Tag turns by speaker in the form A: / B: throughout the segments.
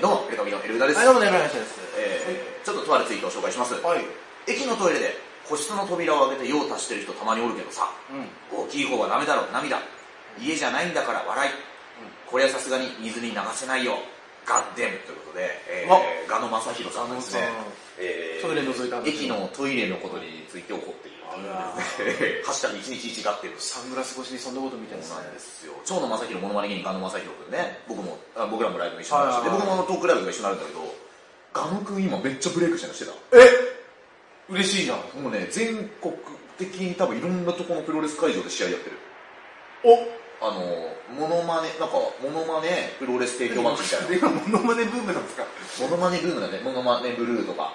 A: どうも、エルカビのエルウダです。
B: はい、どうもね、ライシです。
A: えー、ちょっととあるツイートを紹介します。
B: はい。
A: 駅のトイレで個室の扉を開けて用を足してる人たまにおるけどさ、
B: うん。
A: 大きい方はダメだろ、涙。家じゃないんだから笑い。これはさすがに水に流せないよ。ガッデンということで、えー、ガノマサヒロさんがですね
B: ガノさん、
A: え
B: トイレ覗いたんです
A: 駅のトイレのことについて怒っている。
B: あ
A: ハ
B: ら
A: ッシュタグ1日1ガッデンです。
B: サングラス越しにそんなことみたいです
A: そう
B: ね
A: なんですよ蝶野正宏モノマネ芸人ガノ正宏君ね僕もあ僕らもライブも一緒になるし
B: はい
A: で
B: はい
A: 僕
B: はい
A: もあのトークライブが一緒になるんだけどガノ君今めっちゃブレイクしてるのしてた
B: え嬉しいじゃん。
A: もうね全国的に多分いろんなとこのプロレス会場で試合やってる
B: お
A: あのモノマネなんかモノマネプロレス提供祭りみた い
B: 今、モノマネブームなんですか
A: なモノマネブームだねモノマネブルーとか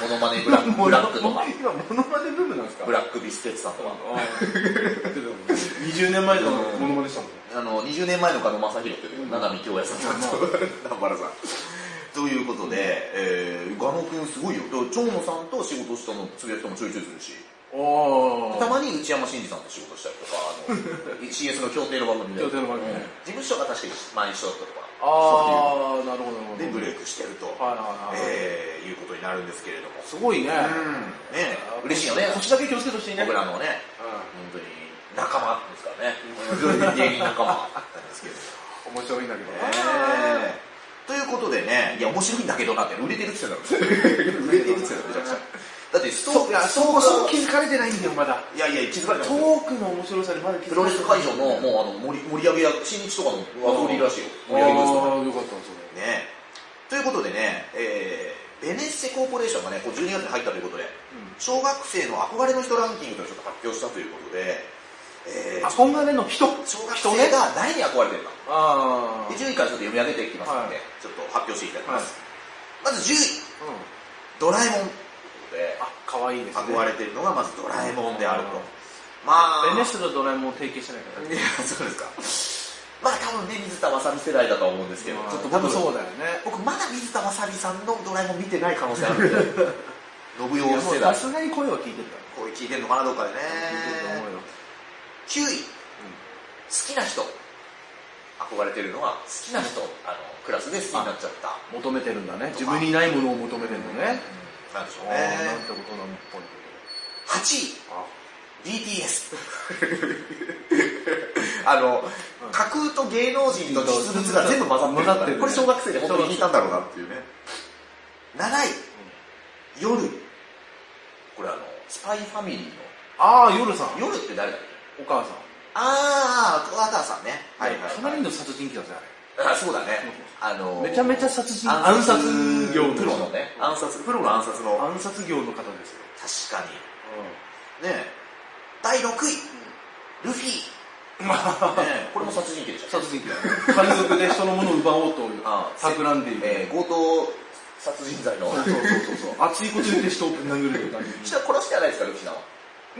A: モノマネブラッ クブラックとか
B: 今、モノマネブームなんですか
A: ブラックビスケッツさんとか
B: あーちょっと20年前のモノマネしたもんね。
A: あの20年前の加野正宏っていう
B: うん
A: 七海京也さんと 南原さんということで、えー、ガノ君すごいよだから長野さんと仕事したのつぶやきともちょいちょいするし
B: お
A: たまに内山信二さんと仕事したりとかあ の CS の協定の番組で
B: 協定の番組
A: うん事務所が確かに前にしとったとか
B: あー、なるほど、
A: そう
B: なるほど。
A: いうのでブレイクしてると、
B: はいはいはい。
A: えーいうことになるんですけれども
B: すごい
A: う
B: ね。
A: んねえ嬉しいよね
B: 腰だけ気をつけてほしいね。
A: 僕らのね
B: う
A: 本当に仲間ですからね芸人仲間なんですけど
B: ん。面白いんだけどね。
A: えーということでね、いや、面白いんだけどなって、売れてるって言ってたの。売れてるって言ってたの、めちゃくちゃ。だって、ストー
B: そう、い
A: ク
B: や、
A: が、
B: そ
A: ストー
B: こ、そこ
A: ク
B: 気づかれてないんだよ、まだ。
A: が、いやいや、気づかれ
B: ト
A: てない。
B: ークの面白さにまだ気づ
A: プ
B: か
A: ロ
B: れ
A: レ
B: て
A: ス
B: ない
A: 会場の、もう、あの、盛り盛り上げや、新日とかの和通りらしいよ。盛り上げですよね。
B: ああ、よかった、それ。
A: ねということでね、えーベネッセコーポレーションがね、こう12月に入ったということで、小学生の憧れの人ランキングというのをちょっと発表したということで、えー
B: 憧れの人
A: 小学生が誰に憧れてるか。
B: あ
A: で、10位からちょっと読み上げていきますので、
B: は
A: ちょっと発表していきたいと思います。まず10位。
B: うん、
A: ドラえもんということで
B: あ可愛いですね
A: 憧れてるのがまずドラえもんであるとまあ
B: ベネッセとドラえもん提携してないからね
A: いやそうですかまあ多分ね水田わさび世代だとは思うんですけど、
B: まあ
A: ちょっと
B: 多分
A: 僕
B: そうだよね
A: 僕まだ水田わさびさんのドラえもん見てない可能性あるんで 信
B: いや
A: 代
B: もう
A: 世
B: さ
A: 代
B: すがに声は聞いてるから
A: これ聞いてんのかなどっかでね
B: 聞いてると思うよ
A: 9位、好きな人憧れてるのは好きな人あのクラスで好きになっちゃった
B: 求めてるんだね自分にないものを求めてるのね
A: うんなんでしょ
B: あ
A: う
B: ーなん
A: ね
B: てことなんっぽい
A: 8位
B: あ
A: BTS あの、
B: うん
A: 架空と芸能人の実物が全部混ざってるから、
B: 混ざってるね
A: これ小学生で本当に聞いたんだろうなっていうね7位、夜これあのスパイファミリー
B: あー夜さん
A: の夜って誰だっけ
B: お母さん
A: ああ桑田さんねはいはい、
B: かなり
A: はい、
B: の殺人鬼だぜあ
A: あそうだねあの
B: れめちゃめちゃ殺人
A: 暗殺
B: 業の
A: プロのね暗殺プロの暗殺の
B: 暗殺業の方ですよ
A: 確かにねえ第6位、ルフィ ねえこれも殺人鬼でしょ
B: 殺人鬼だね海賊で人のものを奪おうという
A: あー
B: 企んでいる
A: えー強盗殺人罪の
B: そうそうそうそう。 熱いこと言って人をぶん殴るって感じ。
A: 人は殺してはないですかルフィさんは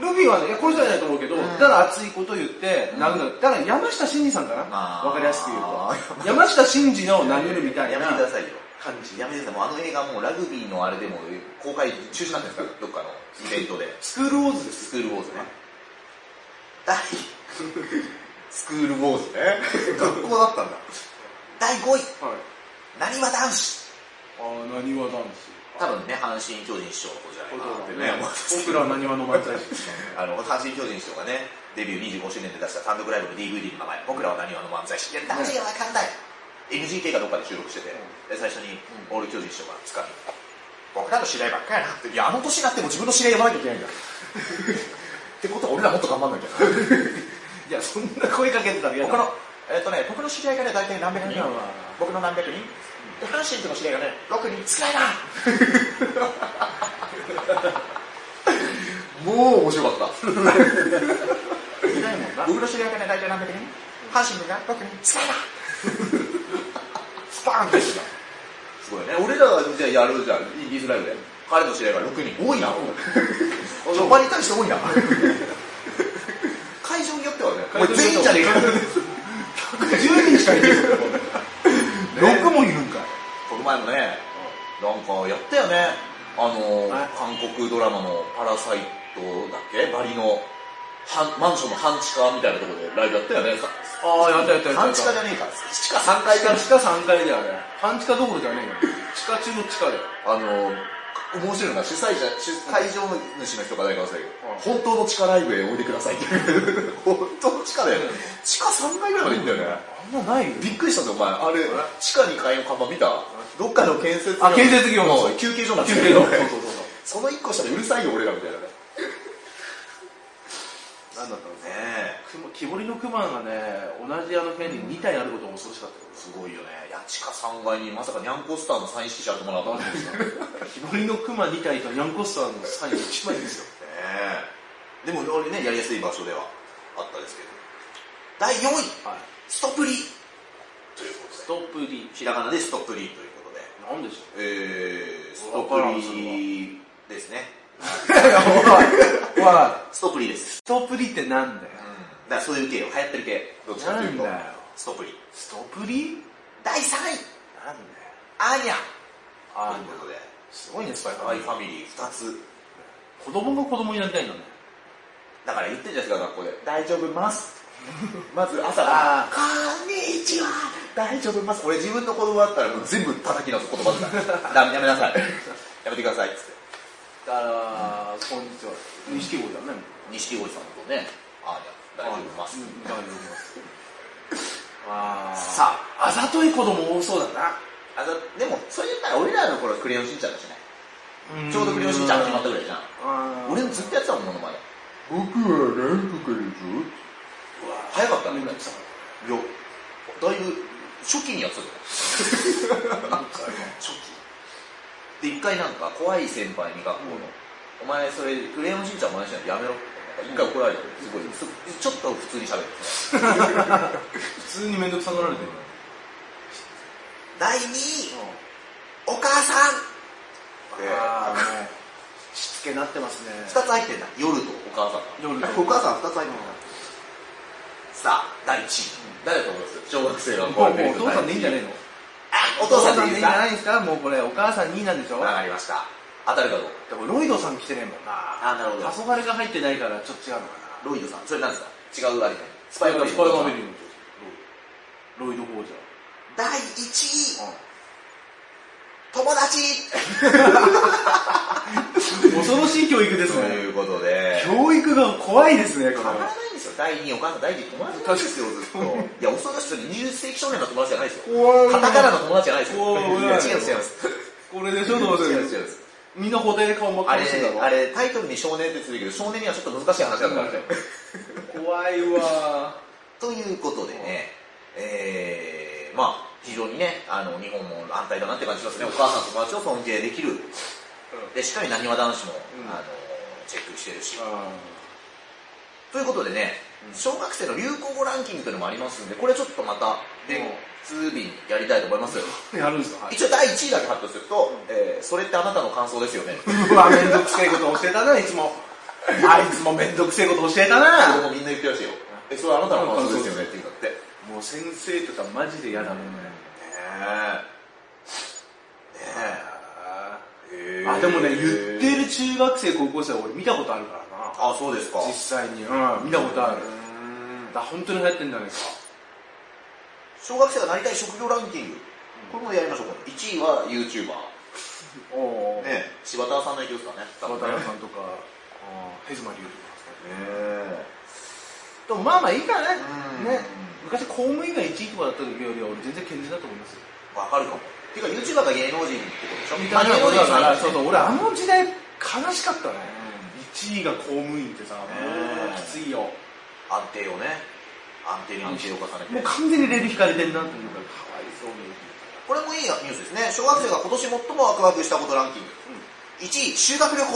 B: ルビーはね、いやこれじゃないと思うけど、
A: うん
B: だから熱いこと言って、殴る。だから山下真司さんかな
A: あー
B: わかりやすく言うと。山下真司の殴るみたい
A: や
B: な
A: めてくださいよ
B: 感じ
A: や。めてくださいもうあの映画もうラグビーのあれでも公開中止なんですからどっかのイベントで
B: スクールウォーズです。
A: スクールウォーズね第スクールウォーズね学校だったんだ第5位
B: はい。
A: なにわ男子
B: ああ、なにわ男子。
A: 多分ね阪神巨人師匠の子じゃないかなってね思うんですけ
B: 僕
A: ど
B: らはなにわの漫才師ですか
A: あの阪神巨人師匠がねデビュー25周年で出した単独ライブの DVD の名前「僕らは何話の漫才師」いや誰がわかんない NGK かどっかで収録してて、で最初にオール巨人師匠がつかみ「僕らの知り合いばっかやな」って「いやあの年になっても自分の知り合い呼ばなきゃいけないんだ」 ってことは俺らもっと頑張 んなきゃ
B: いや、そんな声かけてたら嫌だ。
A: 他のえっとね僕の知り合いがね大体何百 人
B: 何話
A: 僕の何百人で阪神との知り合いがね6人少 ないなもう面白かった
B: いないもんな。
A: 僕の知り合いがね、大体何百人阪神が特に使えなスパーンってした。すごいね。俺らがじゃあやるじゃん、インディーズライブで。彼の知り合いが6人。多いな。 お前に対して多いな。 会場によってはね、
B: 会場によ
A: 全員
B: っては
A: じゃねえか。
B: 10人しかいないよ。6もいるんかい。
A: この前もね、なんかやったよね。あのー
B: はい、
A: 韓国ドラマのパラサイトだっけバリの、はんマンションの半地下みたいなところでライブやったよね。さ
B: ああ、やったやったやった。
A: 半地下じゃねえか地下
B: 3
A: 3
B: 階
A: 階
B: か
A: か
B: 地下3階だよね。半地下どころじゃねえよ。地下中の地下だよ。
A: あの面白いのが主催者主会場主の人が誰か忘れた
B: うん
A: けど、本当の地下ライブへおいでくださいって いう本当の地下だよね、地下3階ぐらいまでいいんだよね、
B: あんなないよ。
A: びっくりしたぞお前あれ
B: え
A: 地下2階の看板見たどっかの建設
B: あ建設業の
A: そう休憩所なん
B: 休
A: です
B: 憩 の。そうそうそう
A: その1個下でうるさいよ俺らみたいなね
B: そう。なんだったんです
A: ね
B: か木彫りの熊がね、同じあの部屋に2体あることも恐ろしかったです
A: すごいよねいや地下3階にまさかニャンコスターのサイン色紙あると思わなかったんですよね
B: 木彫りの熊2体とニャンコスターのサイン1枚ですよ。
A: えでも俺ねやりやすい場所ではあったですけど第4位
B: はい。
A: ストプリということで
B: ストップ D。
A: ひらがなでストップリーということで、
B: なんでしょ
A: えー、スト
B: わから
A: ッ
B: ん
A: プリーですね。
B: う。おい、おい、
A: ストップリーです。
B: ストップ D ってなんだよ
A: うん。。だからそういう系よ。流行ってる系。どっちかというと
B: なんだよ。
A: ストップリー。
B: ストップ D?
A: 第3位、
B: なんだよ。
A: アーニャ。
B: あ
A: ということで、
B: すごいね、スパイフ
A: アイファミリー2つ。
B: 子供が子供になりたいんだね。
A: だから言ってんじゃないですか、学校で。大丈夫 ます。まず朝
B: あ
A: こんにちは。大丈夫ます。俺自分の子供だったらもう全部叩き直す言葉 だから。ダメ、やめなさい。やめてください。つって。
B: だから、こんにちは。錦鯉だね。
A: 錦鯉さんのことね、アーニャ、大丈夫ます。
B: 大丈夫ます。あー
A: さあ、
B: あざとい子供多そうだ
A: あのでも、そう言ったら俺らの頃はクレヨンしんちゃんだしね。
B: な。
A: ちょうどクレヨンしんちゃん始まったぐらいじゃん。
B: た
A: 俺
B: 俺
A: もずっとやってたもん、ものまね。
B: 僕は何とかでし
A: 早かったね、
B: めん
A: 俺。
B: ど
A: い
B: くさ
A: や、だいぶ、初期にやってたよ。 初期。で、一回なんか、怖い先輩に学校の、お前それ、クレヨンしんちゃん真似しないでやめろって。なんか一回怒られたよすごい、すちょっと普通に喋る。
B: 普通にめんどくさがられてる
A: 第2位、お母さんで
B: あーねしつけなってますね。
A: 二つ入ってんだ。夜とお母さんが。
B: 夜
A: お母さん二つ入ってんだ。さあ、第1位。誰だと思います小学生が
B: もうもうお父さんでいいんじゃねえ
A: の
B: の
A: お父さんでいいん
B: おん
A: じ
B: じ
A: ゃ
B: ゃ
A: な
B: ないいですかもうこれ、お母さんになんでしょ
A: わかりました。当たるかどう
B: でもロイドさん来てねえもんな。
A: あなるほど
B: 黄昏が入ってないからちょっと違うのかな。
A: ロイドさん。それなんですか違うあれね。ス
B: スパ
A: パ
B: イ
A: イ
B: フ
A: フ
B: ァ
A: ァ
B: ミ
A: ミ
B: リ
A: リ
B: ー
A: ー。
B: のロイド王者。
A: 第1位、
B: う
A: 友達
B: ん恐ろしい教育 で
A: と
B: すね。
A: いうことで。
B: 教育が怖いですね、これ
A: 変わらないんですよ。第2位、お母さん、第1位、友達なんですよ、ずっと。いや、恐ろしいですよ。20世紀少年の友達じゃないですよ。
B: 怖い。
A: カタカナの友達じゃないですよ。
B: おいおいお
A: い
B: い
A: や違う違う
B: これでしょ、どうせ
A: 違う。違う違う。
B: みんな補填で顔真っ
A: あ
B: 赤
A: れ
B: にしてんだ、ろ。
A: あれ、タイトルに少年ってついてるけど、少年にはちょっと難しい話だったんで。
B: 怖いわ。
A: ということでね、えー、まあ、非常にね、あの、日本も安泰だなって感じしますね。お母さん友達を尊敬できる。で、しっかりなにわ男子も、
B: うん
A: あの、チェックしてるし。
B: あ
A: ということでね、小学生の流行語ランキングというのもありますんで、これちょっとまた、電通便やりたいと思います。
B: ーやるんですかはい
A: 一応第1位だけ発表すると、えー、それってあなたの感想ですよ ね。
B: うわ、めんどくせえこと教えたな、いつも。あいつもめんどくせえこと教えたな。
A: 子供みんな言ってるらしいよ。え、それあなたの感想ですよねって言うんだって。
B: もう先生とかマジで嫌だもんね。
A: ねえ。ねえ。
B: あ、でもね、言ってる中学生、高校生は俺見たことあるからな。
A: あ、そうですか。
B: 実際に。うん、見たことある。
A: うーん
B: だ本当に流行ってんじゃないですか。
A: 小学生がなりたい職業ランキング。これもやりましょうか。1位は YouTuber。
B: おお。
A: ね柴田さんの影響ですかね。
B: 渡
A: ね
B: 辺さんとか、あーヘズマリュウとかですね。
A: え。
B: でもまあまあいいかね
A: うん。
B: ね。昔公務員が1位とかだった時よりは俺全然健全だと思いますよ。
A: わかるかも。てか YouTuber が芸能人ってことでしょ
B: あ
A: 芸能人さ
B: あ
A: ん
B: そうそう、俺あの時代悲しかったね。
A: う
B: 1位が公務員ってさ、もうきついよ。
A: 安定をね。安定に安定を重
B: も
A: ね
B: う
A: て。
B: 完全にレール引かれてんなって思うから、かわいそうに。
A: これもいいニュースですね。小学生が今年最もワクワクしたことランキング。1位、修学旅行。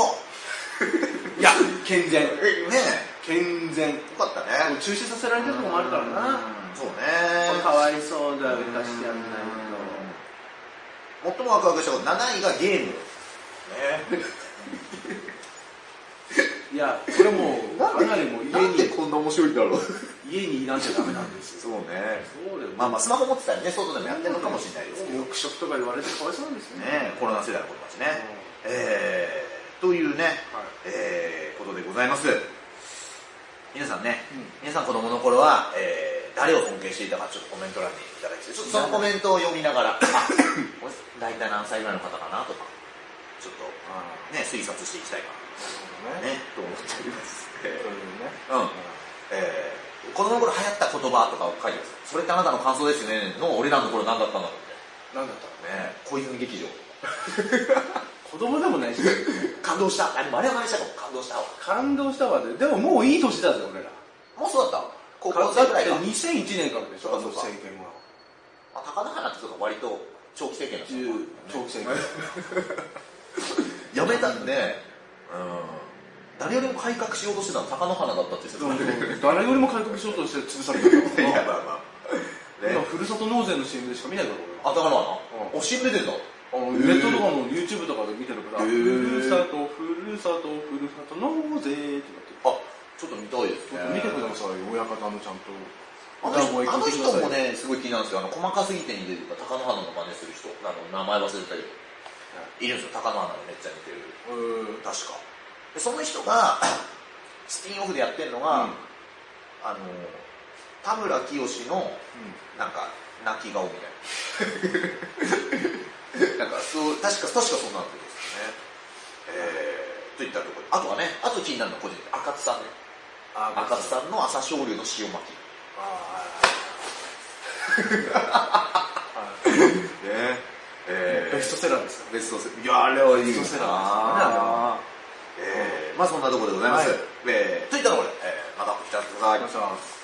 B: いや、健全。
A: え、ねえ。
B: 健全。
A: よかったね。
B: 中止させられてるとこもあるからな。
A: そうね。
B: これかわいそうだよ、浮かしてやんない
A: 最もワクワクしたこと、7位がゲーム。ね。
B: と。いや、これもう、かなりもう家に、
A: こんな面白いんだろう。
B: 家にいなきゃダメなんです
A: そ
B: よ。
A: うね。
B: そうだよ
A: まあまあ、スマホ持ってたらね、外でもやってるのかもしれないですけど。ね
B: 黙食とか言われてかわいそうなんですよね。
A: えコロナ世代のことだしね。えー、というね、えー、ことでございます。皆さんね、
B: うん
A: 皆さん子供の頃は、え誰を尊敬していたかちょっとコメント欄にいただいてちょっとそのコメントを読みな がらあこれ大体何歳ぐらいの方かなとかちょっとね推察していきたいなねと思っております、えーうんえー子供の頃流行った言葉とかを書いてますそれってあなたの感想ですよねの俺らの頃何だったんだろうって
B: なんだったの
A: ね恋文劇場
B: 子供でもないし、
A: 感動したあれもあれは真似したかも感動したわ
B: 感動したわね。でももういい年だぜ、俺ら。
A: もうそうだった高
B: だ
A: 校
B: っ
A: 生ぐらい
B: て
A: か、
B: 2001年からでし
A: そ
B: ょ、
A: うかそうか
B: 政権は。
A: まあ、高田花ってとか割と長期政権だった
B: 10長期政権。
A: やめたんで、うん、誰よりも改革しようとしてたの高野花だったって
B: でも
A: 言って
B: でも誰よりも改革しようとして潰されてるか
A: た
B: ら。
A: いやまあまあね
B: 今、ふるさと納税の CM でしか見ないから、俺は。
A: あ高野花
B: う
A: お
B: ん
A: 死んでてんだ
B: あの
A: へー
B: ネットとかの YouTube とかで見てるから、
A: へ
B: ふ
A: ー
B: るさと、ふるさと、ふるさと納税ってなってる。
A: あちょっと見たいです
B: ちょ
A: ね
B: っと見てくださいよ、親方のちゃんと。
A: あの人あの人も
B: ね、
A: ねすごい気になるんですよあの細かすぎて似てるとか高野花の真似する人あの名前忘れたけどいるんですよ高野花のめっちゃ似てる
B: う
A: 確かでその人 がスピンオフでやってるのが、
B: うん
A: あの田村清のなんか泣き顔みたいな なんかそう確か確かそんなんですよねえー、といったところであとはねあと気になるのは個人的に赤津さんね
B: あ
A: 赤津 さんの朝青龍の塩巻きねえ
B: ベストセラーですか
A: ベストセラーいやあれはいい
B: ベストセラー
A: えーまあそんなところでございます、
B: はい
A: えーといったところで、えーまたお聞きください
B: ですからね。